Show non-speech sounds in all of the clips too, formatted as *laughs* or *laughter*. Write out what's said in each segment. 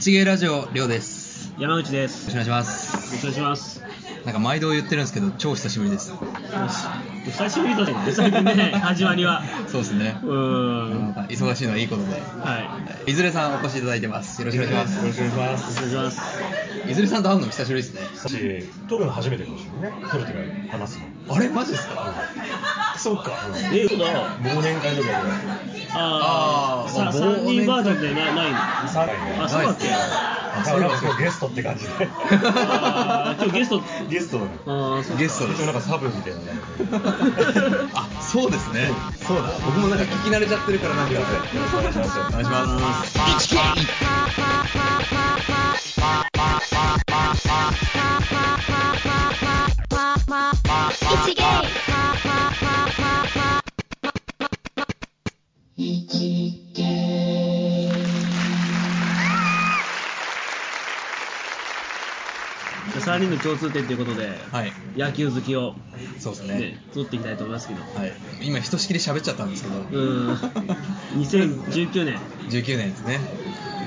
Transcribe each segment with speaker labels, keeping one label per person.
Speaker 1: ち芸ラジオ、りょうです。よ
Speaker 2: 山口で
Speaker 1: ろしく
Speaker 2: す。
Speaker 1: お
Speaker 2: よ
Speaker 1: 願いします。
Speaker 2: ろしくお願いします。
Speaker 1: なんか毎度言ってるんですけど、超久しぶりです。
Speaker 2: お久しぶりだね、最近ね、始まりは。
Speaker 1: そうですね
Speaker 2: う。ー
Speaker 1: なん
Speaker 2: ん。
Speaker 1: か忙しいのはいいことで。
Speaker 2: はい。
Speaker 1: いずれさんお越しいただいてます。よろしくお願いします。
Speaker 3: しま
Speaker 2: お。願いします。
Speaker 1: いずれさんと会うの久しぶりですね。
Speaker 3: し、撮るの初めてかもしれないね。撮るとか話すの。
Speaker 1: あれマジですか
Speaker 3: そうか。え、
Speaker 2: え、そうだ。
Speaker 3: 忘年会とかやる
Speaker 2: あ
Speaker 1: あー
Speaker 2: あ、さ
Speaker 1: あ
Speaker 2: 三
Speaker 1: 忘年
Speaker 2: 人
Speaker 1: 会
Speaker 2: バージョンでなないの。
Speaker 3: 三回
Speaker 2: あ、
Speaker 3: ね。
Speaker 2: そうだっけ。
Speaker 1: あ
Speaker 3: だ
Speaker 1: そ
Speaker 3: か
Speaker 1: うな
Speaker 3: ら
Speaker 1: ん
Speaker 3: な
Speaker 1: で
Speaker 3: ん
Speaker 1: すか
Speaker 3: か今日ゲストって感じで。
Speaker 2: あー今日ゲスト。
Speaker 3: ゲストなの。
Speaker 2: ああ、そう。
Speaker 1: ゲストで
Speaker 3: 一
Speaker 1: す
Speaker 3: 応。なんかサブみたいな。
Speaker 1: あ、そうですね。そうだ。僕もなんか聞き慣れちゃってるからなんか。
Speaker 3: よろしくお願いします。
Speaker 1: お願いします。
Speaker 4: 一芸
Speaker 2: じゃあ三人の共通点ということで、
Speaker 1: はい。
Speaker 2: 野球好きを
Speaker 1: そうですね
Speaker 2: ね。、取っていきたいと思いますけど。
Speaker 1: はい。今ひとしきり喋っちゃったんですけど。
Speaker 2: うーん。2019年。
Speaker 1: 19年ですね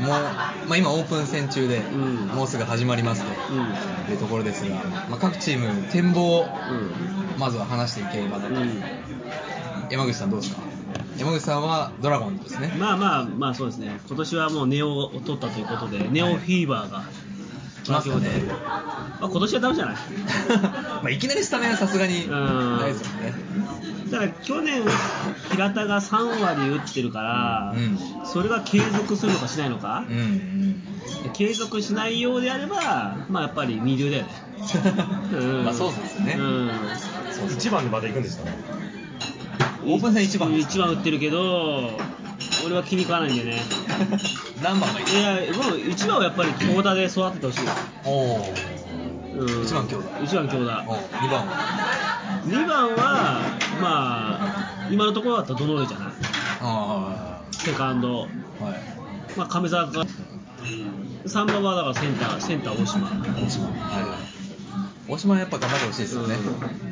Speaker 1: もう、まあ、今オープン戦中で、
Speaker 2: うん
Speaker 1: もうすぐ始まります
Speaker 2: うん。うん。
Speaker 1: というところですが、まあ、各チーム展望をまずは話していければなと、
Speaker 2: うん。
Speaker 1: 山口さんどうですか山口さんはドラゴンズですね
Speaker 2: まあまあまあそうですね。今年はもうネオを取ったということで、ネオフィーバーが。
Speaker 1: 来ますかね *laughs*
Speaker 2: まあ今年はダメじゃない。
Speaker 1: まあいきなりスタメンはさすがに
Speaker 2: うん
Speaker 1: ないですよね
Speaker 2: ただ去年平田が3割打ってるから、
Speaker 1: う
Speaker 2: それが継続するのかしないのか
Speaker 1: う、ん、
Speaker 2: 継続しないようであれば、まあやっぱり二流だよね。 *laughs*
Speaker 1: うん、まあそうですよね、
Speaker 2: うん。
Speaker 1: そうそう *laughs*
Speaker 3: 一番でまた行くんですかね。
Speaker 1: オープン戦一番です
Speaker 2: 一番打ってるけど、俺は気に食わないんだよね。
Speaker 1: 何番がいい
Speaker 2: いや、もう一番はやっぱり強打で育っててほしい。
Speaker 1: おお
Speaker 2: うん
Speaker 1: 一番強打
Speaker 2: 一番強打。
Speaker 1: 2番は
Speaker 2: 2番は、まあ、今のところだったらドノールじゃない、
Speaker 1: あ
Speaker 2: セカンド、
Speaker 1: あはい
Speaker 2: まあ、亀沢が、3番はだからセンター、センター大島、
Speaker 1: 大島はい大島はやっぱ頑張ってほしいですよね、
Speaker 2: うん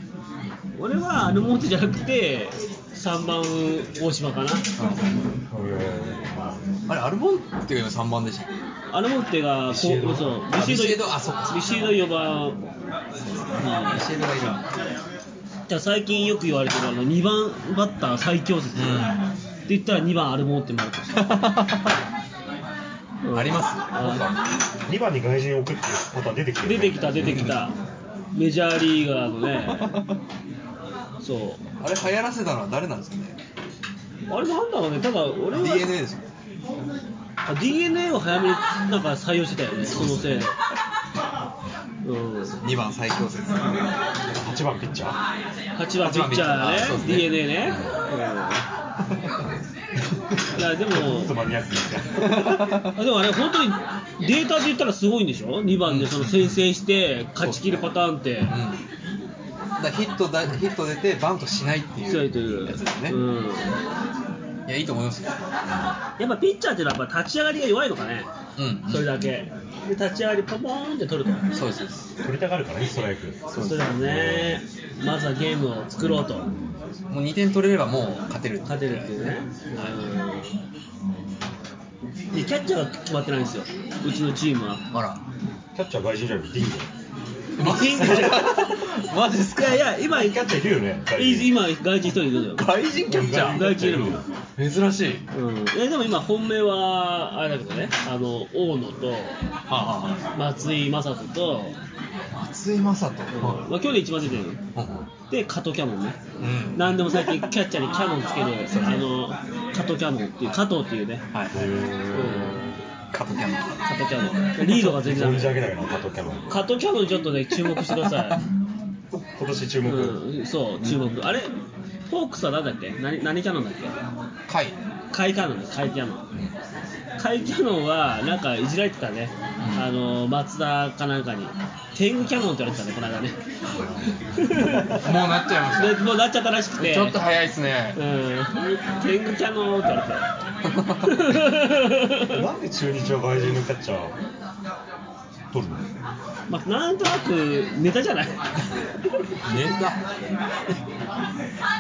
Speaker 2: 俺はアルモンテじゃなくて、3番大島かな、
Speaker 1: うんあれアルボンっていうの3番でしたっけ
Speaker 2: アルモンテがこう
Speaker 3: ビシエド
Speaker 2: そう
Speaker 1: あビシエドあそっか
Speaker 2: ビシエド4番、うん
Speaker 1: シエドがいるわ
Speaker 2: じゃあ最近よく言われてるあの2番バッター最強説、
Speaker 1: う
Speaker 2: って言ったら2番アルモンテに
Speaker 1: *laughs*
Speaker 2: なるとし
Speaker 1: んあります
Speaker 3: 二番に外人を置くっていうパターン出てきてるね
Speaker 2: 出てきた出てきたメジャーリーガーのねそう
Speaker 1: あれ流行らせたのは誰なんですかね
Speaker 2: あれなんだろうねただ俺は
Speaker 1: DNA ですよ
Speaker 2: あ DNA を早めになんか採用してたよねそのせいでうん、
Speaker 1: 2番最強説
Speaker 3: 八番ピッチャー。
Speaker 2: 8番ピッチャーね
Speaker 1: あそうですね
Speaker 2: DNA ね、うん、いやでも
Speaker 3: ちょっとマニアックですね。
Speaker 1: *laughs*
Speaker 2: あでもあれ本当にデータで言ったらすごいんでしょ2番でその先制して勝ち切るパターンって
Speaker 1: うんだからヒットだヒット出てバントしないって
Speaker 2: 強
Speaker 1: い
Speaker 2: いという
Speaker 1: うやつですね、
Speaker 2: うん、
Speaker 1: いやいいと思いますよ
Speaker 2: やっぱピッチャーっていうのはやっぱ立ち上がりが弱いのかね
Speaker 1: うん
Speaker 2: それだけ。で、立ち上がりポポーンって取ると。
Speaker 1: そうですそうです
Speaker 3: 取りたがるからね、ストライク。
Speaker 2: それだね。まずはゲームを作ろうと。
Speaker 1: もう2点取れればもう勝てる
Speaker 2: 勝てるっていうね。うんで、キャッチャーが決まってないんですよ。うちのチームは。
Speaker 1: あら
Speaker 3: キャッチャー外人じゃなくてディンゴ。
Speaker 1: マジっすかマジっす
Speaker 2: い
Speaker 1: か
Speaker 2: やいや、今、い
Speaker 3: キャッチャーいるよね。外人
Speaker 2: 今、外人一人いるのよ。
Speaker 1: 外人キャッチャ
Speaker 2: 外人いるもん。
Speaker 1: ー珍しい
Speaker 2: うん、えでも今、本命は、あれだけどね、あの大野と
Speaker 1: はあ、はあ
Speaker 2: 松井雅人と、
Speaker 1: はあ、松井雅人は
Speaker 2: まあ、去年一番出てるの、
Speaker 1: い
Speaker 2: で、加藤キャノンね。
Speaker 1: うん
Speaker 2: なんでも最近キャッチャーにキャノンつけるあの加藤キャノンっていう加藤っていうね、
Speaker 1: はいカットキャンプ
Speaker 2: 加藤キャノンリードが全然
Speaker 3: 存じ
Speaker 2: ない
Speaker 3: 上げないな、加藤キャノン。
Speaker 2: 加藤キャノンちょっとね注目してくださ
Speaker 3: 今年注
Speaker 2: い、
Speaker 3: 目。
Speaker 2: うん、そう注目あれフォークスは何だっけ何何キャノンだっけ
Speaker 1: 甲斐
Speaker 2: カイキャノンだカイキャノンカイキャノンはなんかいじられてたね、
Speaker 1: うん
Speaker 2: あの松田かなんかに天狗キャノンって言われてたねこの間ね
Speaker 1: *laughs* もうなっちゃいまし
Speaker 2: でもうなっちゃったらしくて
Speaker 1: たちょっと早いですね
Speaker 2: うん天狗キャノンって言われてた
Speaker 1: *laughs*
Speaker 3: なんで中日は外人のキャッチャー取るの
Speaker 2: まあ、なんとなくネタじゃない
Speaker 1: ネタ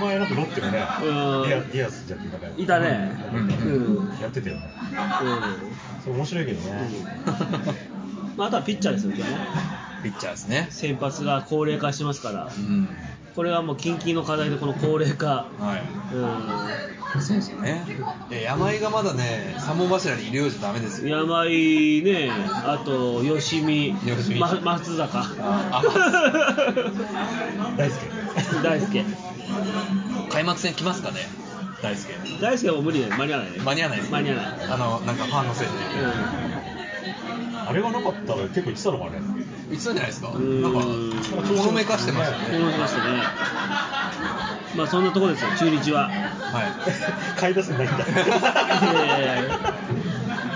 Speaker 3: 前なんかロッテがね、デ
Speaker 2: うん
Speaker 3: ィアディアスじゃってたから、
Speaker 2: いたね
Speaker 1: うん
Speaker 2: うん、うん、
Speaker 3: やってたよね。それ面白いけどね。
Speaker 2: まあ、あとはピッチャーですよ、今日はね。
Speaker 1: *laughs* ピッチャーですね。
Speaker 2: 先発が高齢化してますから
Speaker 1: う、ん。
Speaker 2: これはもう近々の課題で、この高齢化、
Speaker 1: はい。
Speaker 2: う
Speaker 1: そうですよね。いや、山井がまだね、三本柱にいるようじゃダメです
Speaker 2: ん、
Speaker 1: よ。
Speaker 2: 山井ね、あと吉見、
Speaker 1: 吉見
Speaker 2: ま、松坂、
Speaker 1: あ
Speaker 3: 大好
Speaker 2: 大輔、
Speaker 1: 開幕戦来ますかね、大輔。
Speaker 2: 大輔はもう無理だよ、間に合わないね、
Speaker 1: 間に合わないです。
Speaker 2: 間に合わない。
Speaker 1: あの、なんかファンのせいで。
Speaker 3: き。あれがなかったら結構言ってたのかね。
Speaker 1: 言ってたんじゃないですか。な
Speaker 2: うーん
Speaker 1: んか、ほのめかしてました
Speaker 2: うん、
Speaker 1: ね。
Speaker 2: 思いましたね。まあそんなところですよ、中
Speaker 1: *laughs*
Speaker 2: 日は。
Speaker 1: はい。
Speaker 3: 買い出せないんだ。
Speaker 2: いやいやいやいや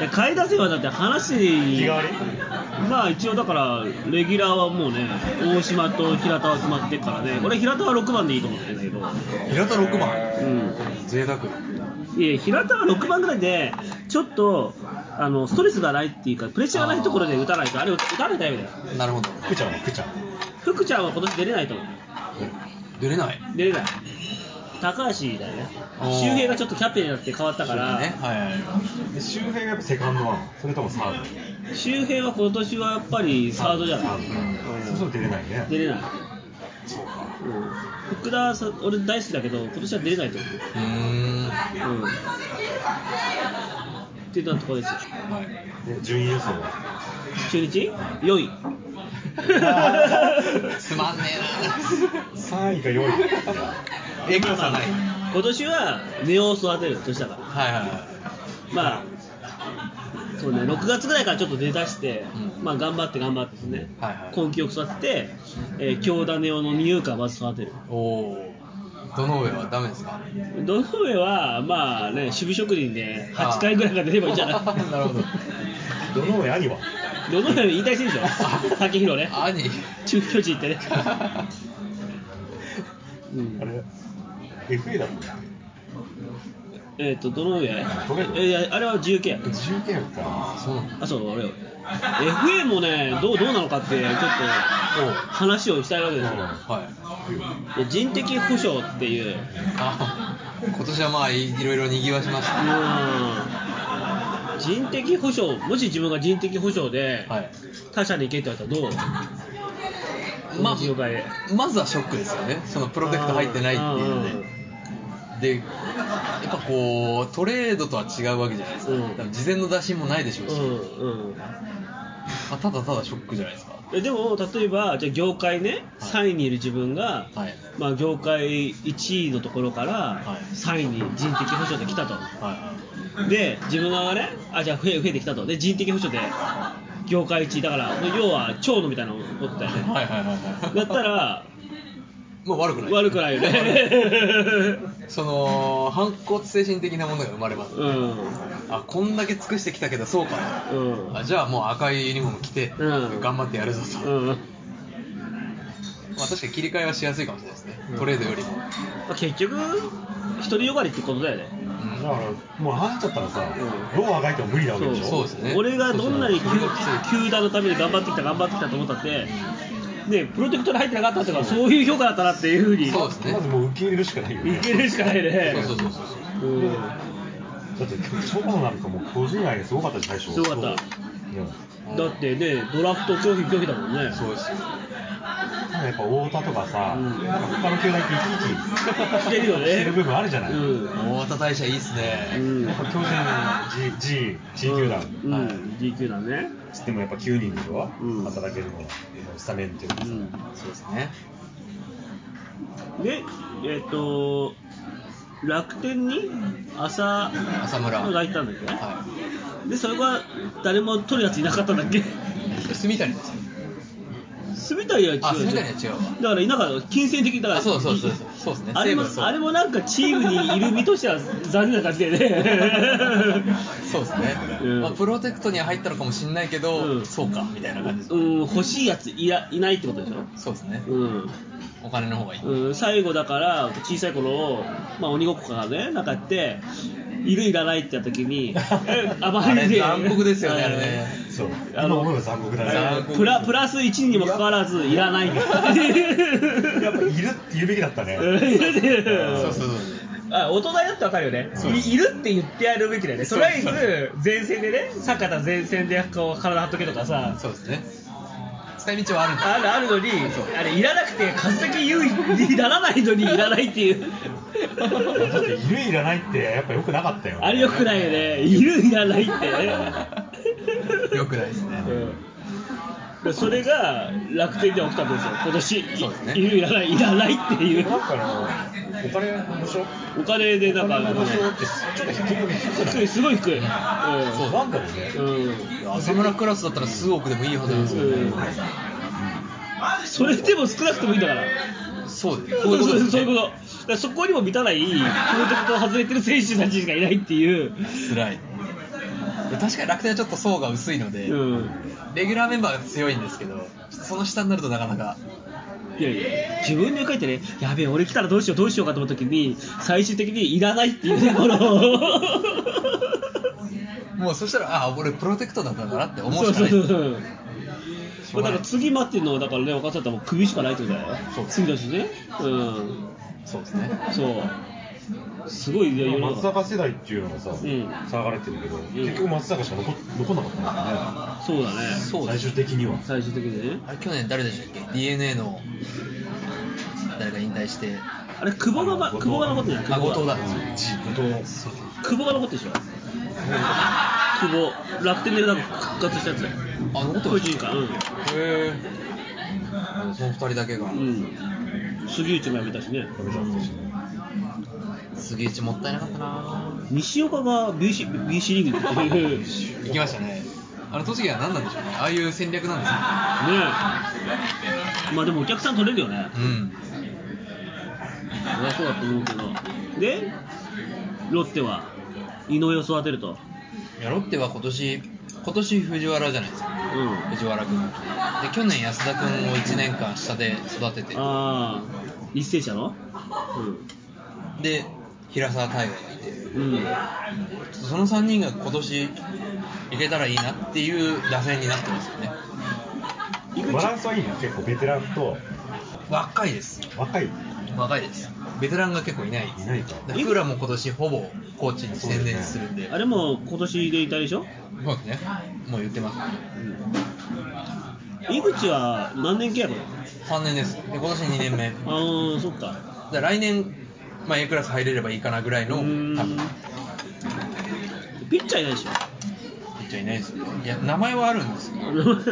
Speaker 2: 下位打線はだって話
Speaker 3: 日
Speaker 2: に
Speaker 3: 替わり
Speaker 2: まあ一応だからレギュラーはもうね大島と平田は決まってっからね俺平田は6番でいいと思ってるんだけど
Speaker 1: 平田六番。
Speaker 2: う
Speaker 1: 贅沢。
Speaker 2: んいや平田は6番ぐらいでちょっとあのストレスがないっていうかプレッシャーがないところで打たないとあれ打たないとダメだよ
Speaker 1: なるほど。
Speaker 3: 福ちゃんは福ちゃん。
Speaker 2: 福ちゃんは今年出れないと思う
Speaker 1: 出れない。
Speaker 2: 出れない高橋だよね
Speaker 1: おー
Speaker 2: 周平がちょっとキャプテンになって変わったから、
Speaker 1: ね。はい。
Speaker 3: で周平がやっぱセカンドなのそれともサー
Speaker 2: 周平は今年はやっぱり
Speaker 3: ド
Speaker 2: サードじゃない
Speaker 3: サードそうすると出れないね。
Speaker 2: 出れない。うん福田はさ俺大好きだけど、今年は出れないと思
Speaker 1: うーん。 *laughs*
Speaker 2: う。うん。っていうようなところですよ。
Speaker 1: はい。
Speaker 3: で順位予想は。
Speaker 2: 中日 ?4 位。
Speaker 1: つまんね
Speaker 3: 3位か4位。
Speaker 1: えな。えぐさない。
Speaker 2: *laughs* 今年は根を育てる年だから。
Speaker 1: はいはいはい。
Speaker 2: まあ、そうね、6月ぐらいからちょっと出だして、
Speaker 1: うん
Speaker 2: まあ頑張って頑張ってですね、
Speaker 1: はいはい
Speaker 2: 根気を育てて、えー、京田根をの二遊間をまず育てる。
Speaker 1: おお。どの上はダメですか。
Speaker 2: 堂上は、まあね、守備職人で8回ぐらいが出ればいいんじゃない
Speaker 1: *laughs* なるほど。
Speaker 3: どの上兄は
Speaker 2: 堂上は引退して
Speaker 1: *laughs*
Speaker 2: るでしょ、竹広ね。
Speaker 1: 兄。 *laughs*
Speaker 2: 中巨人行ってね。うん
Speaker 3: あれ FA だったん
Speaker 2: えっ、と、どの上え
Speaker 3: どれ
Speaker 2: いやあれは自由契約。
Speaker 3: 自由契約か。
Speaker 1: そうなんだ。
Speaker 2: あ、そう、あれよ。FA もね、どうどうなのかって、ちょっと話をしたいわけですよ。
Speaker 3: うん
Speaker 1: はい。
Speaker 2: で人的保障っていう、
Speaker 1: あ、今年はまあいいろいろ賑わしました。
Speaker 2: うん人的保障、もし自分が人的保障で、
Speaker 1: はい。
Speaker 2: 他社に行けって言われたらどう、
Speaker 1: ま
Speaker 2: この業界で
Speaker 1: あ、まずはショックですよね。そのプロテクト入ってないっていうので。で、やっぱこう、トレードとは違うわけじゃないですか。
Speaker 2: うん
Speaker 1: だから事前の打診もないでしょうし、
Speaker 2: うんうんうん
Speaker 1: まあ、ただただショックじゃないですか。
Speaker 2: えでも例えばじゃあ業界ね3位にいる自分が、
Speaker 1: はい。
Speaker 2: まあ、業界1位のところから
Speaker 1: はい
Speaker 2: 3位に人的保障で来たと、
Speaker 1: は
Speaker 2: で自分側がねあじゃあ増え増えてきたとで人的保障で業界1位だから要は長野みたいなのことだよ
Speaker 1: い。
Speaker 2: ね
Speaker 1: はいはいはいはい。
Speaker 2: だったら
Speaker 1: まあ悪くない。
Speaker 2: 悪くないよね
Speaker 1: *laughs* その、反骨精神的なものが生まれます。
Speaker 2: うん
Speaker 1: あ、こんだけ尽くしてきたけど、そうかな。
Speaker 2: うん
Speaker 1: あじゃあもう赤いユニフォーム着て、
Speaker 2: うん
Speaker 1: 頑張ってやるぞと、ま
Speaker 2: うん
Speaker 1: あ、確かに切り替えはしやすいかもしれないですね、
Speaker 2: うん
Speaker 1: トレードよりも、
Speaker 2: まあ結局独りよがりってことだよね
Speaker 3: だからもう話しちゃったらさ、
Speaker 2: う
Speaker 3: どうあがいても無理なわけでしょ。
Speaker 1: そうですね
Speaker 2: 俺がどんなに球
Speaker 1: そうそう
Speaker 2: 球団のために頑張ってきた頑張ってきたと思ったってねプロテクトに入ってなかったってからそういう評価だったなっていうふうに
Speaker 1: そうですね
Speaker 3: まずもう受け入れるしかないよね。
Speaker 2: いけるしかないね。
Speaker 1: そうそうそうそう
Speaker 2: うん
Speaker 3: だって、長野なんかもう50代すごかったでしょ、最初。
Speaker 2: すごかった
Speaker 3: うん
Speaker 2: だってね、ドラフト拒否拒否だもんね。
Speaker 1: そうです
Speaker 3: ただやっぱ太田とかさ、
Speaker 2: うん
Speaker 3: なんか他の球団っていち
Speaker 2: *laughs*
Speaker 3: いち
Speaker 2: してるよね
Speaker 3: してる部分あるじゃない。
Speaker 2: うん。
Speaker 1: 大田大社いいっす
Speaker 2: う
Speaker 1: ね、
Speaker 2: ん
Speaker 3: やっ。ぱ巨人、G、G、G 球団、
Speaker 2: うん
Speaker 1: はい。
Speaker 2: G 級だね。
Speaker 3: つってもやっぱ9人でしょ、
Speaker 2: うん
Speaker 3: 働けるのは、スタメンっていうか
Speaker 2: う
Speaker 3: さ、
Speaker 2: ん。
Speaker 1: そうですね
Speaker 2: で、えっと、楽天に朝
Speaker 1: 浅村
Speaker 2: がいたんだっけど、
Speaker 1: は
Speaker 2: で、それが誰も取るやついなかったんだっ
Speaker 1: *laughs*
Speaker 2: け
Speaker 1: い住谷ですよ
Speaker 2: 住谷は違うでしょ。
Speaker 1: あ住谷は違うわ
Speaker 2: だから、いなかった。金銭的にだから。
Speaker 1: あそうそうそうそうそうですね
Speaker 2: あれも
Speaker 1: 西武はそう
Speaker 2: あれもなんかチームにいる身としては残念な感じでね。
Speaker 1: *laughs* そうですね、
Speaker 2: うん
Speaker 1: まあ、プロテクトには入ったのかもしれないけど、
Speaker 2: うん
Speaker 1: そうかみたいな感じで
Speaker 2: うん、欲しいやついやいないってことでしょ。
Speaker 1: そうですね、
Speaker 2: うん
Speaker 1: お金の方がいい、
Speaker 2: うん、最後だから小さい頃、まあ、鬼ごっこからねなんかやっているいらないってやった時にえあまりに
Speaker 1: あれ残酷ですよねあれね
Speaker 3: そう、
Speaker 2: あの
Speaker 3: 今思えば残酷だ
Speaker 2: あ
Speaker 1: 残
Speaker 2: れ
Speaker 1: 酷
Speaker 3: ね。
Speaker 2: プラプラス1にもかかわらずいらない
Speaker 3: やっぱいる、いるべきだったね。
Speaker 2: うん
Speaker 1: そうそうそう
Speaker 2: あ大人だってわかるよね、
Speaker 1: そう
Speaker 2: いいるって言ってやるべきだよね、とりあえず前線でね、坂田前線でこう体張っとけとかさ、
Speaker 1: そうですね使い道はあるんだ
Speaker 2: あるあるのに、あれ、いらなくて、数だけ優位にならないのにいらないっていう、
Speaker 3: だっているいらないってやっぱ良くなかったよ
Speaker 2: あれよくないよね、いるいらないってね。
Speaker 1: よくないですね、
Speaker 2: うんそれが楽天で起きたんですよ、今年、
Speaker 1: そうですね
Speaker 2: いるいらない、いらないっていう、
Speaker 3: なんかなお金のしょ
Speaker 2: お金でなんか、
Speaker 3: お金のしょってちょっと低く低くな
Speaker 2: 低い
Speaker 3: い
Speaker 2: すごい低い、うん、
Speaker 1: そ
Speaker 3: なんだろうね
Speaker 2: うん
Speaker 1: 浅村クラスだったら数億でもいいはずなんですよね、
Speaker 2: それでも少なくてもいいんだから、
Speaker 1: そうです
Speaker 2: そうそうそう
Speaker 1: ね
Speaker 2: いうこと、だからそこにも満たない、プロジェクトを外れてる選手たちしかいないっていう、
Speaker 1: 辛い確かに楽天はちょっと層が薄いので、
Speaker 2: うん、
Speaker 1: レギュラーメンバーが強いんですけどその下になるとなかなか
Speaker 2: いやいや、自分で書いてね、やべえ、俺来たらどうしよう、どうしようかと思った時に、最終的にいらないっていうところを。
Speaker 1: もうそしたらああ俺プロテクトだったんだなって思
Speaker 2: そうう
Speaker 1: しか
Speaker 2: そ
Speaker 1: ない
Speaker 2: うそう
Speaker 1: そ
Speaker 2: そう。
Speaker 1: しょうがな
Speaker 2: まあ、だか
Speaker 1: い
Speaker 2: ら次待ってるのは、だからね、若さんもう首しかないってことだよ。
Speaker 1: そう
Speaker 2: 次だしね。うん。
Speaker 1: うですね
Speaker 2: そう。すごいね、世の
Speaker 3: 松
Speaker 2: 中。
Speaker 3: 坂世代っていうのがさ、
Speaker 2: ん
Speaker 3: 騒がれてるけど、結局松坂しか残残んなかったん
Speaker 2: そうだね。
Speaker 1: そう
Speaker 3: だ
Speaker 1: です
Speaker 3: よね最終的には
Speaker 2: 最終的にね。
Speaker 1: あれ去年誰でしたっけ d n a の誰か引退して
Speaker 2: あれ、久保がま、久
Speaker 3: 後藤
Speaker 2: 保が残ってない。
Speaker 1: あ後藤だ
Speaker 3: 後藤そう
Speaker 2: 久保が残ってるでしょ。久保、楽天でなんか復活したやつだよ。
Speaker 1: あ残って
Speaker 2: 巨
Speaker 1: まし
Speaker 2: 人
Speaker 1: た
Speaker 2: か。
Speaker 1: へ
Speaker 2: うん。
Speaker 1: えその二人だけが、
Speaker 2: うん、杉内も辞めたしね、
Speaker 3: ダメじゃん私
Speaker 1: 杉内もったいなかったな
Speaker 2: 西岡が BC, BC リーグに行ってる、 *laughs* ね
Speaker 1: 行きましたねあの栃木は何なんでしょうねああいう戦略なんです
Speaker 2: えまあでもお客さん取れるよね、
Speaker 1: ようん
Speaker 2: そりゃそうだと思うけど、で、ロッテは井上を育てると、
Speaker 1: いやロッテは今年今年藤原じゃないですか
Speaker 2: うん、あ
Speaker 1: 藤原君で去年安田君を1年間下で育てて
Speaker 2: あー、一斉者の、
Speaker 1: で平沢大河がいて
Speaker 2: うん、うん、
Speaker 1: その3人が今年いけたらいいなっていう打線になってますよね
Speaker 2: 井口
Speaker 3: バランスはいいね結構ベテランと
Speaker 1: 若いです
Speaker 3: 若い
Speaker 1: 若いですベテランが結構いないで
Speaker 3: い
Speaker 1: す
Speaker 3: ないか
Speaker 1: でクーラも今年ほぼコーチに専念するんで
Speaker 2: あれも今年でいたでしょ、
Speaker 1: そうですねもう言ってます
Speaker 2: うん、井口は何年契約だ
Speaker 1: 3年ですで今年2年目
Speaker 2: あー、そっか。
Speaker 1: で来年、まあ、A クラス入れればいいかなぐらいの多
Speaker 2: うーん
Speaker 1: 分
Speaker 2: ピッチャーいないでしょ
Speaker 1: ピッチャーいないですよいや名前はあるんですけど
Speaker 2: う
Speaker 1: なんか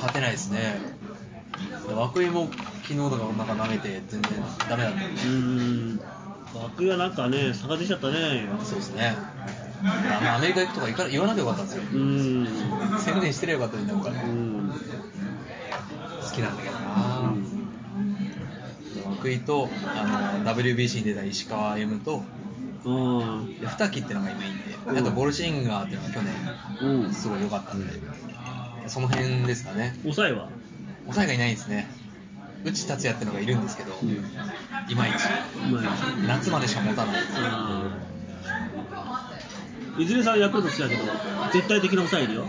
Speaker 1: 勝てないですねで涌井も昨日とかなんか投げて全然ダメだったんで
Speaker 2: ん。涌井はなんかね、差が出ちゃったね。
Speaker 1: そうですねあまあアメリカ行くとか行か言わなきゃよかったんですよ
Speaker 2: うん。
Speaker 1: 宣伝してればよかったのになんか
Speaker 2: うん。
Speaker 1: 好きなんだけどな涌井とあの WBC に出た石川歩夢と
Speaker 2: うん。
Speaker 1: で二木ってのが今いいんであとボルシンガーっていうのが去年
Speaker 2: うん。
Speaker 1: すごい良かったんでその辺ですかね
Speaker 2: 抑えは
Speaker 1: 抑えがいないですね内達也ってのがいるんですけど、いまいち
Speaker 2: まあ
Speaker 1: 夏までしか持たない
Speaker 2: いずれさんヤクルト好きだけど、絶対的な抑えいるよ。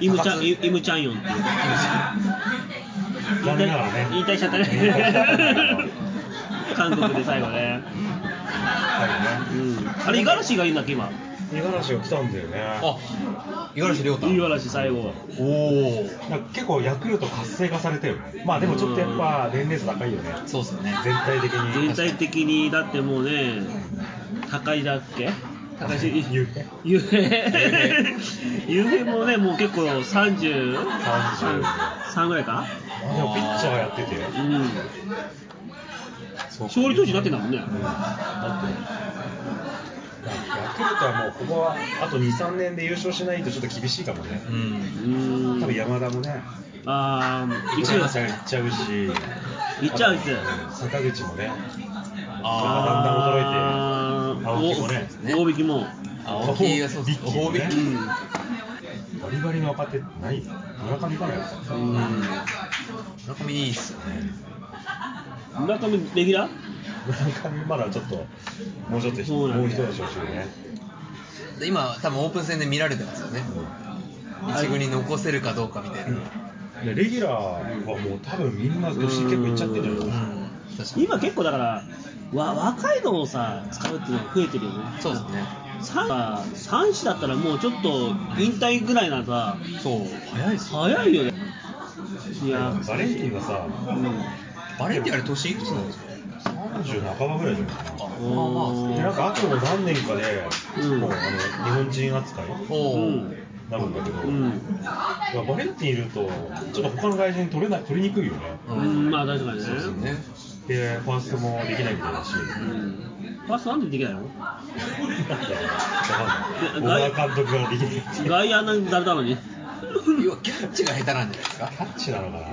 Speaker 2: イムチャン、イイムチャンヨンっていう。
Speaker 3: 残念ながらね
Speaker 2: 引退しちゃっ
Speaker 3: *laughs*
Speaker 2: た
Speaker 3: 引退しちゃったね
Speaker 2: ね。韓国で最後ね。
Speaker 3: はい
Speaker 2: うん。あれ、五十嵐がいるんだっけ、今。
Speaker 3: ね五十嵐が来たんだよね
Speaker 1: あ五十嵐亮太
Speaker 2: 五十嵐最後。
Speaker 1: おお
Speaker 3: なんか結構ヤクルト活性化されたよねまあでもちょっとやっぱ年齢差高いよね
Speaker 1: そうっすよね
Speaker 3: 全体的
Speaker 2: 全
Speaker 3: に
Speaker 2: 体的にだってもうね高いだっけ高い
Speaker 3: 言うね
Speaker 2: ゆうへいゆうへいもねもう結構
Speaker 3: 30
Speaker 2: 33ぐらいか
Speaker 3: でもピッチャーやってて
Speaker 2: うん
Speaker 3: そう
Speaker 2: 勝利投手になってんだもんね
Speaker 3: うんだってヤクルトはもうここはあと23年で優勝しないとちょっと厳しいかもね
Speaker 1: うん
Speaker 2: うー
Speaker 3: 多
Speaker 2: ん
Speaker 3: 分山田もね
Speaker 2: ああ一
Speaker 3: 行
Speaker 2: 応
Speaker 3: っちゃうし
Speaker 2: 行っちゃうし
Speaker 3: 坂口もねだんだん衰えて
Speaker 2: あー
Speaker 3: 青木もね
Speaker 2: お大引きも
Speaker 1: 青木がそうっす
Speaker 3: ビッキー
Speaker 1: 大
Speaker 3: ね
Speaker 2: う
Speaker 1: 引き
Speaker 2: ん
Speaker 3: バリバリの若手ってないよ村上からやった
Speaker 1: うん村上いいっすよね
Speaker 2: 村上レギュラー
Speaker 3: 村上まだちょっともうちょっとひ
Speaker 2: そうなんだ
Speaker 3: もう一足欲しいよね
Speaker 1: で今多分オープン戦で見られてますよね一軍に残せるかどうかみたいな
Speaker 3: でレギュラーはもう多分みんな年結構いっちゃってるじ
Speaker 2: う
Speaker 3: ゃない
Speaker 1: うん確かに
Speaker 2: 今結構だからわ若いのをさ使うっていうのが増えてるよね
Speaker 1: そうですね
Speaker 2: さ三子だったらもうちょっと引退ぐらいならさ
Speaker 1: そう早いっすよ
Speaker 2: 早いよねいや
Speaker 3: バレンティンがさ、
Speaker 1: バレンティンあれ年いくつなんですか
Speaker 3: 30半ばぐらいじゃない
Speaker 1: あ
Speaker 2: うん
Speaker 1: まあまあ
Speaker 3: でなんかあとの何年かで、
Speaker 2: うん
Speaker 3: もうあの日本人扱いに
Speaker 1: お
Speaker 2: う
Speaker 1: お、
Speaker 2: ん
Speaker 3: なるんだけど、
Speaker 2: うん
Speaker 3: まあバレンティンいると、ちょっと他の外人取れな取りにくいよね。
Speaker 1: う
Speaker 2: うんん、まあ確かにね。
Speaker 1: そうですね
Speaker 3: で、ファーストもできないみた
Speaker 2: *laughs*
Speaker 3: いだし、
Speaker 2: うん。ファーストなんでできないの
Speaker 3: なんだろうわかん
Speaker 2: い
Speaker 3: ない。
Speaker 2: や
Speaker 3: 小川監督ができないっていう。
Speaker 2: 外野なんて誰なのに。
Speaker 1: 要はキャッチが下手なんじゃないですか
Speaker 3: キャッチなのかな
Speaker 1: フ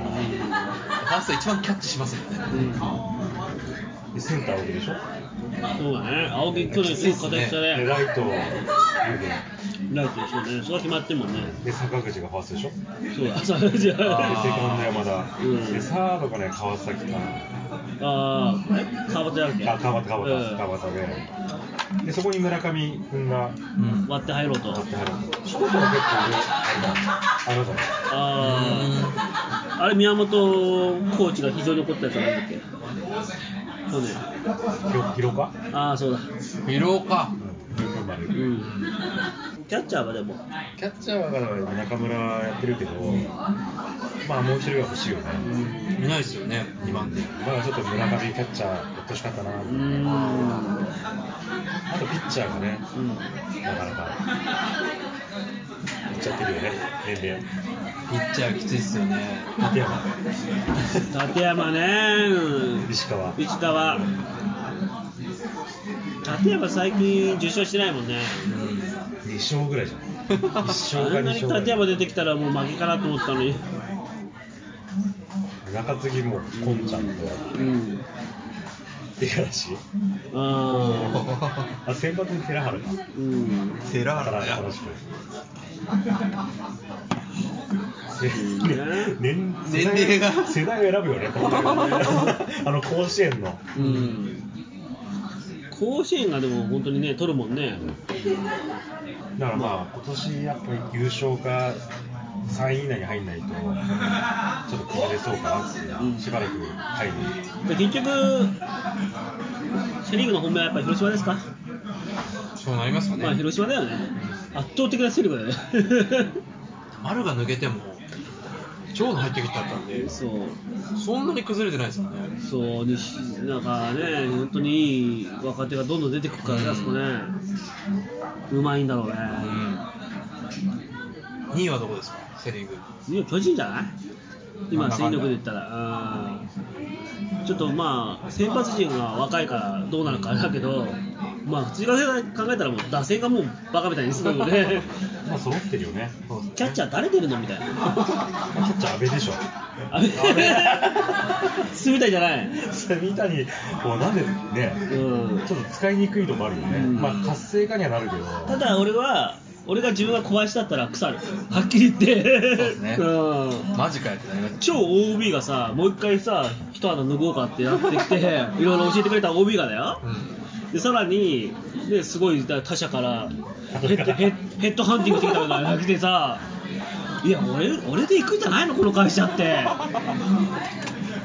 Speaker 1: ァースト一番キャッチしますよね
Speaker 2: うん。
Speaker 3: で、センターでしょ
Speaker 2: そうだね。青木去年すごく活躍した
Speaker 3: で、
Speaker 2: ね。
Speaker 3: ライト、
Speaker 2: ライトでしょうね。それは決まってんもんね。
Speaker 3: で、坂口がファーストでしょで、
Speaker 2: そうだ。そうじゃ
Speaker 3: セ
Speaker 1: あ
Speaker 2: あ。
Speaker 3: カンド山田、
Speaker 2: うん
Speaker 3: で、サードがね、川崎か、
Speaker 2: ああ。え川端だっけ
Speaker 3: あ、川端、川
Speaker 2: う
Speaker 3: 端、
Speaker 2: ん
Speaker 3: 川端で、で、そこに村上君が
Speaker 1: うん
Speaker 2: 割って入ろうと。
Speaker 3: 立
Speaker 2: あ
Speaker 3: ってはる。ショートは結構いる、あの、あのじゃない。
Speaker 2: あ。あれ、宮本コーチが非常に怒ったやつはなんだっけ去年。
Speaker 3: ひろひろか
Speaker 2: ああ、そうだ。
Speaker 1: 広岡
Speaker 3: 群馬まで
Speaker 2: うん。キャッチャーはでも。
Speaker 3: キャッチャーが中村やってるけど、まあもう一人は欲しいよね。
Speaker 1: いないですよね2番手
Speaker 3: まだちょっと村上キャッチャーやってほしかったな。
Speaker 2: うーん。
Speaker 3: あとピッチャーがね、
Speaker 2: うん。
Speaker 3: なかなか。いっちゃってるよね、年齢。
Speaker 1: ピッチャーきついっすよね
Speaker 3: 立山、
Speaker 2: 立山ね、うん
Speaker 3: 石川。
Speaker 2: 石川、立山、最近受賞してないもんね、
Speaker 3: 2勝ぐらいじゃん。1
Speaker 2: あ
Speaker 3: 勝
Speaker 2: ん
Speaker 3: か2
Speaker 2: なに
Speaker 3: 勝ぐらい
Speaker 2: 立山出てきたら、もう負けかなと思ったのに、
Speaker 3: 中継ぎも、こんちゃんと、
Speaker 2: うん、
Speaker 3: 出がし。
Speaker 2: あ
Speaker 3: あ、先発に寺原か。
Speaker 2: ー、うん、
Speaker 1: 寺
Speaker 3: だから楽しく。年
Speaker 1: 年齢が
Speaker 3: 世代を選ぶよ
Speaker 2: *laughs*
Speaker 3: ね、本当に *laughs* あの甲子園の、
Speaker 2: うん、甲子園がでも本当にね、取るもんね、
Speaker 3: だからまあ、今年やっぱり優勝か3位以内に入んないと、ちょっと崩れそうかなっていう、
Speaker 2: うん
Speaker 3: しばらく入る、
Speaker 2: で結局、セ・リーグの本命はやっぱり広島ですか、
Speaker 1: そうなりますか
Speaker 2: まあ
Speaker 1: ね
Speaker 2: 広島だよね、圧倒的なセ・リーグ
Speaker 1: *laughs*
Speaker 2: だよね。
Speaker 1: 丸が抜けても長野入ってきちゃったんで
Speaker 2: そう
Speaker 1: そんなに崩れてないですよね
Speaker 2: そう西なんかね、本当にいい若手がどんどん出てくるからね、あそこね、うまいんだろうね、
Speaker 1: うん2位はどこですかセ・リーグ
Speaker 2: 次は巨人じゃない
Speaker 1: まあ
Speaker 2: 今、
Speaker 1: まあ
Speaker 2: 戦力で言ったら、うんちょっとまあ、先発陣が若いからどうなるかあれだけど、まあ、普通に考えたら、もう打線がもうバカみたいにすごい
Speaker 1: *laughs*
Speaker 2: よね、
Speaker 3: まあ揃ってるよね、
Speaker 1: そうですね
Speaker 2: キャッチャー、誰出るのみたいな、
Speaker 3: キャッチャー、阿部でしょ、
Speaker 2: あれ、 *laughs* 住みたいじゃない、
Speaker 3: 三谷、もうなんで
Speaker 2: う
Speaker 3: ね、
Speaker 2: ん、
Speaker 3: ちょっと使いにくいとこあるよね、
Speaker 2: うん
Speaker 3: まあ活性化にはなるけど、
Speaker 2: ただ俺は俺が自分が小林だったら腐るはっきり言ってそう
Speaker 1: ですね *laughs*
Speaker 2: ん
Speaker 1: マジかよってなります
Speaker 2: 超 OB がさもう一回さ一肌脱ごうかってやってき
Speaker 1: *laughs*
Speaker 2: ていろいろ教えてくれた OB がだよでさらにですごい他社からヘッドヘッヘッドハンティングしてきたからなくてさいや俺俺で行くんじゃないのこの会社って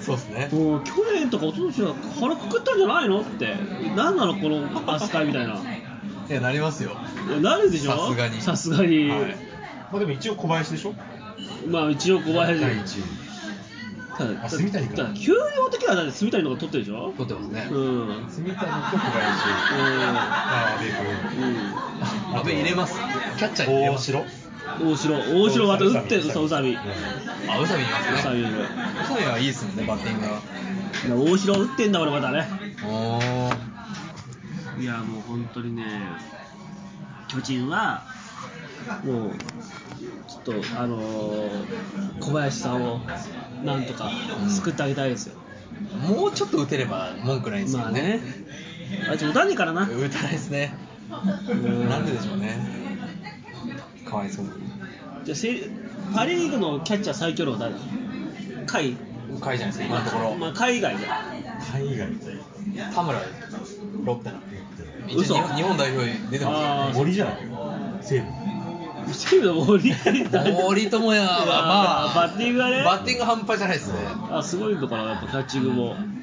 Speaker 1: そうですね
Speaker 2: もう去年とか一昨年は腹くくったんじゃないのって何なのこの扱いみたいない
Speaker 1: やなりますよ
Speaker 2: いやなるでしょ
Speaker 1: さすがに
Speaker 2: さすがに、
Speaker 1: はい
Speaker 3: まあでも一応小林でしょ、
Speaker 2: まあ一応小林
Speaker 3: 第1位。
Speaker 2: ただ
Speaker 3: あ住谷か
Speaker 2: ただ給料的にはだって住谷の方が取ってるでしょ
Speaker 1: 取ってますね
Speaker 2: うんうん
Speaker 3: 住谷と小林、あ阿部君、
Speaker 1: 阿部入れますキャッチャーに入れ
Speaker 3: 大
Speaker 1: ます
Speaker 3: 城、
Speaker 2: うん大城大城また打ってるそう宇佐美宇
Speaker 1: あ宇佐美いますね
Speaker 2: 佐美いる
Speaker 1: 宇佐美はいいですもんねバッティングが
Speaker 2: 大城打ってんだ俺まだね
Speaker 1: おー
Speaker 2: いやもう本当にね巨人はもうちょっとあのー小林さんをなんとか救ってあげたいですよ、
Speaker 1: もうちょっと打てれば文句ないんです
Speaker 2: ま
Speaker 1: よ
Speaker 2: あ
Speaker 1: ね
Speaker 2: ね、あいつおだねからな、
Speaker 1: 打たないですね、
Speaker 2: うん
Speaker 1: なんででしょうねかわいそうに
Speaker 2: じゃあセパ・リーグのキャッチャー最強の誰甲斐
Speaker 1: かいじゃないですか今のところ、
Speaker 2: まあ、海外で。
Speaker 3: 海外
Speaker 1: 田村ロッテの一
Speaker 2: 嘘
Speaker 1: 応日本代表出てま
Speaker 2: あ
Speaker 3: 森じゃない西武
Speaker 2: ー、チーム
Speaker 1: *laughs*
Speaker 2: の森
Speaker 1: すよ森友哉はまあ
Speaker 2: バッティングがね
Speaker 1: バッティング半端じゃないですね
Speaker 2: あ、すごいのかな、やっぱキャッチングも。
Speaker 3: うん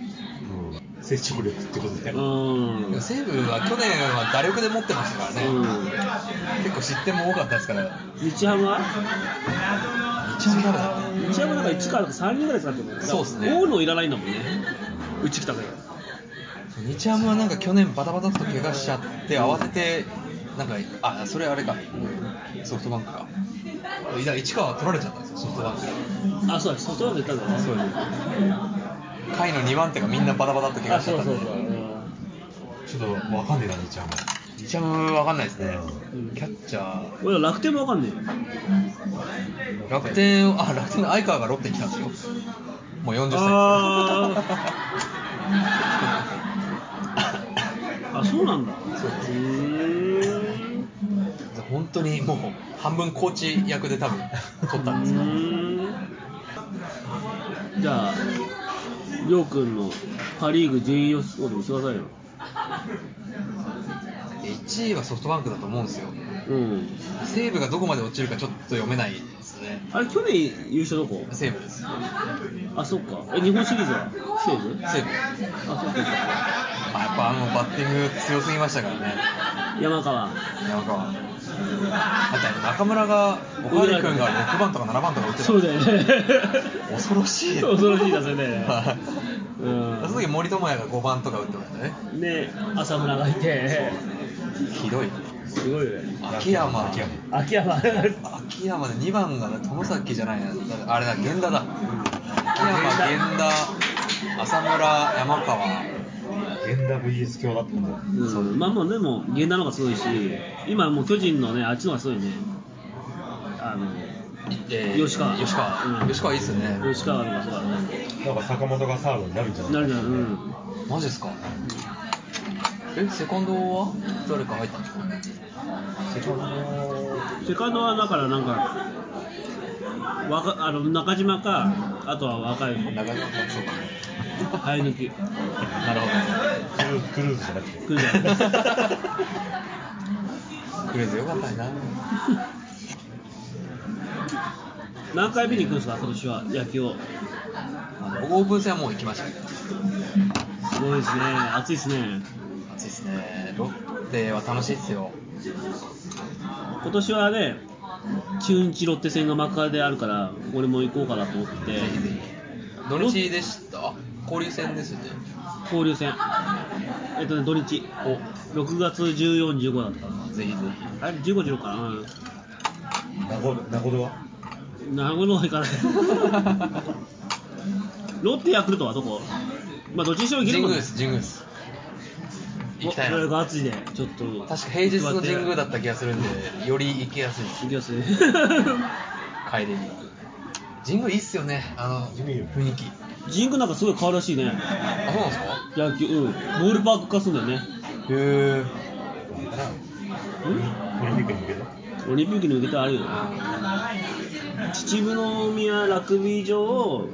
Speaker 3: 成長力ってことで、
Speaker 2: う
Speaker 3: うん
Speaker 2: ん
Speaker 1: 西武は去年は打力で持ってましたからね、結構失点も多かったですから、
Speaker 2: 日ハムは
Speaker 1: 一番ダメだった
Speaker 2: 日ハムなんか1から3人ぐらい使ってるもんね
Speaker 1: そうっすね
Speaker 2: 大野いらないんだもんねうち来たから
Speaker 1: 日ハムはなんか去年バタバタっと怪我しちゃって慌ててなんかあそれあれかソフトバンクかいや市川取られちゃったんですよソフトバンク
Speaker 2: あそうだソフトバンク行ったんだね
Speaker 1: 下位の2番手がみんなバタバタっと怪
Speaker 2: あ
Speaker 1: 我しち
Speaker 2: そ
Speaker 1: ゃっ
Speaker 2: う
Speaker 1: たん
Speaker 2: そ
Speaker 1: で
Speaker 2: うそう、
Speaker 3: ちょっとわかんねえな、日ハム。
Speaker 1: 日ハムわかんないですね
Speaker 2: うん
Speaker 1: キャッチャー
Speaker 2: 俺は楽天もわかんねえよ
Speaker 1: 楽天あ楽天の相川がロッテに来たんですよもう40歳です
Speaker 2: あーあそうなんだそうですん
Speaker 1: *laughs* 本当にもう半分コーチ役で多分取ったんですよ
Speaker 2: じゃありょうくんのパ・リーグ順位予想で見せてくださいよ
Speaker 1: 1位はソフトバンクだと思うんですよ
Speaker 2: うん
Speaker 1: 西武がどこまで落ちるかちょっと読めないですね
Speaker 2: あれ去年優勝どこ
Speaker 1: 西武です
Speaker 2: あそっかえ日本シリーズは西武
Speaker 1: 西武
Speaker 2: あそっかそっか
Speaker 1: まあ、やっぱあのバッティング強すぎましたからね、
Speaker 2: 山川
Speaker 1: 山川。あとあの中村が、小川君が6番とか7番とか打ってた
Speaker 2: そうだよね
Speaker 1: 恐ろしい。
Speaker 2: 恐ろしいだぜね
Speaker 1: はい
Speaker 2: うん
Speaker 1: その時森友哉が5番とか打ってましたね。
Speaker 2: ね浅村がいて
Speaker 1: ひどい。
Speaker 2: すごいよね
Speaker 1: 秋山。
Speaker 3: 秋山
Speaker 2: 秋山
Speaker 1: 秋山で2番がね友崎じゃないな、あれだ、源田だ。秋山、源田、浅村、山川。
Speaker 3: 源田 VS 強だったんだ。
Speaker 2: うん、まあもうでも源田の方がすごいし今もう巨人のねあっちの方がすごいねあの
Speaker 1: え
Speaker 2: 吉川
Speaker 1: 吉川。
Speaker 2: うん
Speaker 1: 吉川いいっすよね。
Speaker 2: 吉川の方がすごいね
Speaker 3: なんか坂本がサードになるんじゃない
Speaker 2: なるじゃん、う
Speaker 3: ね。
Speaker 2: ん、
Speaker 1: マジですかえ、セカンドは誰か入ったんですか
Speaker 3: セカンド
Speaker 2: セカンドはだからなんかわかあの中島かあとは若い
Speaker 1: 長いそうか
Speaker 2: 生え抜き
Speaker 1: なるほ
Speaker 3: クルークルーズじゃなくて。
Speaker 2: *laughs* 来るじゃん *laughs*
Speaker 1: ど。クレーズよかったな。
Speaker 2: 何回見に行くんですか今年は野球を
Speaker 1: 僕オープン戦はもう行きましたけど。
Speaker 2: すごいですね暑いですね
Speaker 1: 暑いですね。ロッテは楽しいですよ。
Speaker 2: 今年はね中日ロッテ戦が幕張であるから俺も行こうかなと思ってて
Speaker 1: ぜひぜひ。土日でした。交流戦ですよね。
Speaker 2: 交流戦えっとね土日6月1415だったか
Speaker 1: ぜひぜ
Speaker 2: なあれ15、16かなうん
Speaker 3: ナゴナゴドは
Speaker 2: 名古屋は行か
Speaker 1: *laughs*
Speaker 2: ないロッテヤクルトはどこまあどっちにしろ行
Speaker 1: ひ。
Speaker 2: け
Speaker 1: 神
Speaker 2: るもん
Speaker 1: 宮で
Speaker 2: ね
Speaker 1: す、神宮です。行きたい
Speaker 2: これ
Speaker 1: な。
Speaker 2: が熱いねちょっと確
Speaker 1: 確か平日の神宮だった気がするんで、より行きやすいです。
Speaker 2: 行きますね *laughs*
Speaker 1: 帰りに。神宮いいっすよね。あの、
Speaker 3: 宮
Speaker 1: 雰囲気。
Speaker 2: 神宮なんかすごい変わるらしいね
Speaker 1: あ、そうなんですか
Speaker 2: 野球うんボールパーク化すんだよね
Speaker 1: へ
Speaker 2: うん
Speaker 3: オリンピックに向けて。
Speaker 2: オリンピックに向けてあるよね
Speaker 1: え。
Speaker 2: 秩父宮ラグビー場を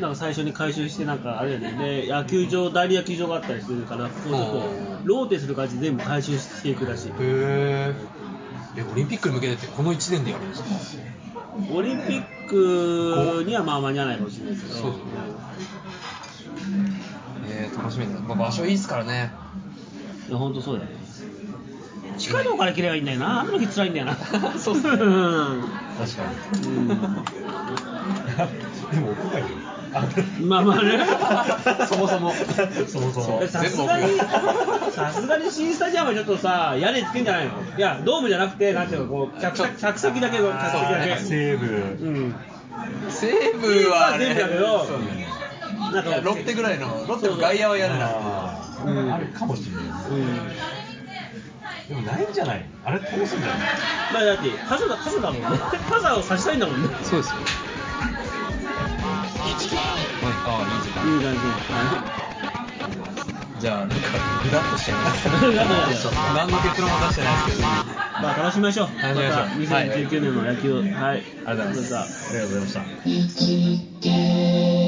Speaker 2: なんか最初に改修してなんかあれだよねで野球場代理野球場があったりするからそこをちょっとローテする感じで全部改修していくらしい
Speaker 1: へえ。え、オリンピックに向けてってこの1年でやるんですか
Speaker 2: オリンピックにはまあ間に合わないかもしれないですけ
Speaker 1: そう
Speaker 2: ど
Speaker 1: ですねえー、楽しみだな。まあ、場所いいですからね。
Speaker 2: いや本当そうだよね近いとこから切ればいいんだよなあの時辛いんだよな
Speaker 1: *laughs* そうっすね
Speaker 2: *laughs* うん
Speaker 1: 確か
Speaker 3: でも屋外よ。
Speaker 2: まあま
Speaker 3: *laughs*
Speaker 2: あね
Speaker 1: そもそも。
Speaker 3: そもそも。
Speaker 1: そう
Speaker 2: さ
Speaker 1: 全
Speaker 2: す
Speaker 1: 部
Speaker 2: がに
Speaker 1: 奥が
Speaker 2: さすがに新スタジアムはちょっとさ屋根つけんじゃないのいやドームじゃなくてなんていうのこう客
Speaker 1: ちょっ
Speaker 2: 客
Speaker 1: と
Speaker 2: 客席だけ客
Speaker 1: そう
Speaker 2: 席だ
Speaker 1: ね
Speaker 2: け
Speaker 3: 西武。
Speaker 2: うん
Speaker 1: 西武はね
Speaker 2: 西武は全部やるよ
Speaker 1: そう
Speaker 2: なん
Speaker 1: いや
Speaker 2: か
Speaker 1: ロッテぐらいの、ロッテの外野はやるな。
Speaker 3: あ
Speaker 2: う
Speaker 3: ー
Speaker 2: ん
Speaker 3: あるかもしれない。
Speaker 2: うん
Speaker 3: でもないんじゃないあれ通すんじゃない
Speaker 2: まあだって傘だ傘だもんね傘を差したいんだもんね
Speaker 1: そうですよ。ああ、いい時間。
Speaker 2: いい感じ
Speaker 1: じゃあ、なんか、ぐだっとしちゃいます。 *laughs* 何の結論も出してないですけど。あ
Speaker 2: まあ楽しみましょう
Speaker 1: しみましょう
Speaker 2: た2019年の野球はい、ありがとうございました
Speaker 3: ありがとうございました。
Speaker 4: 生きて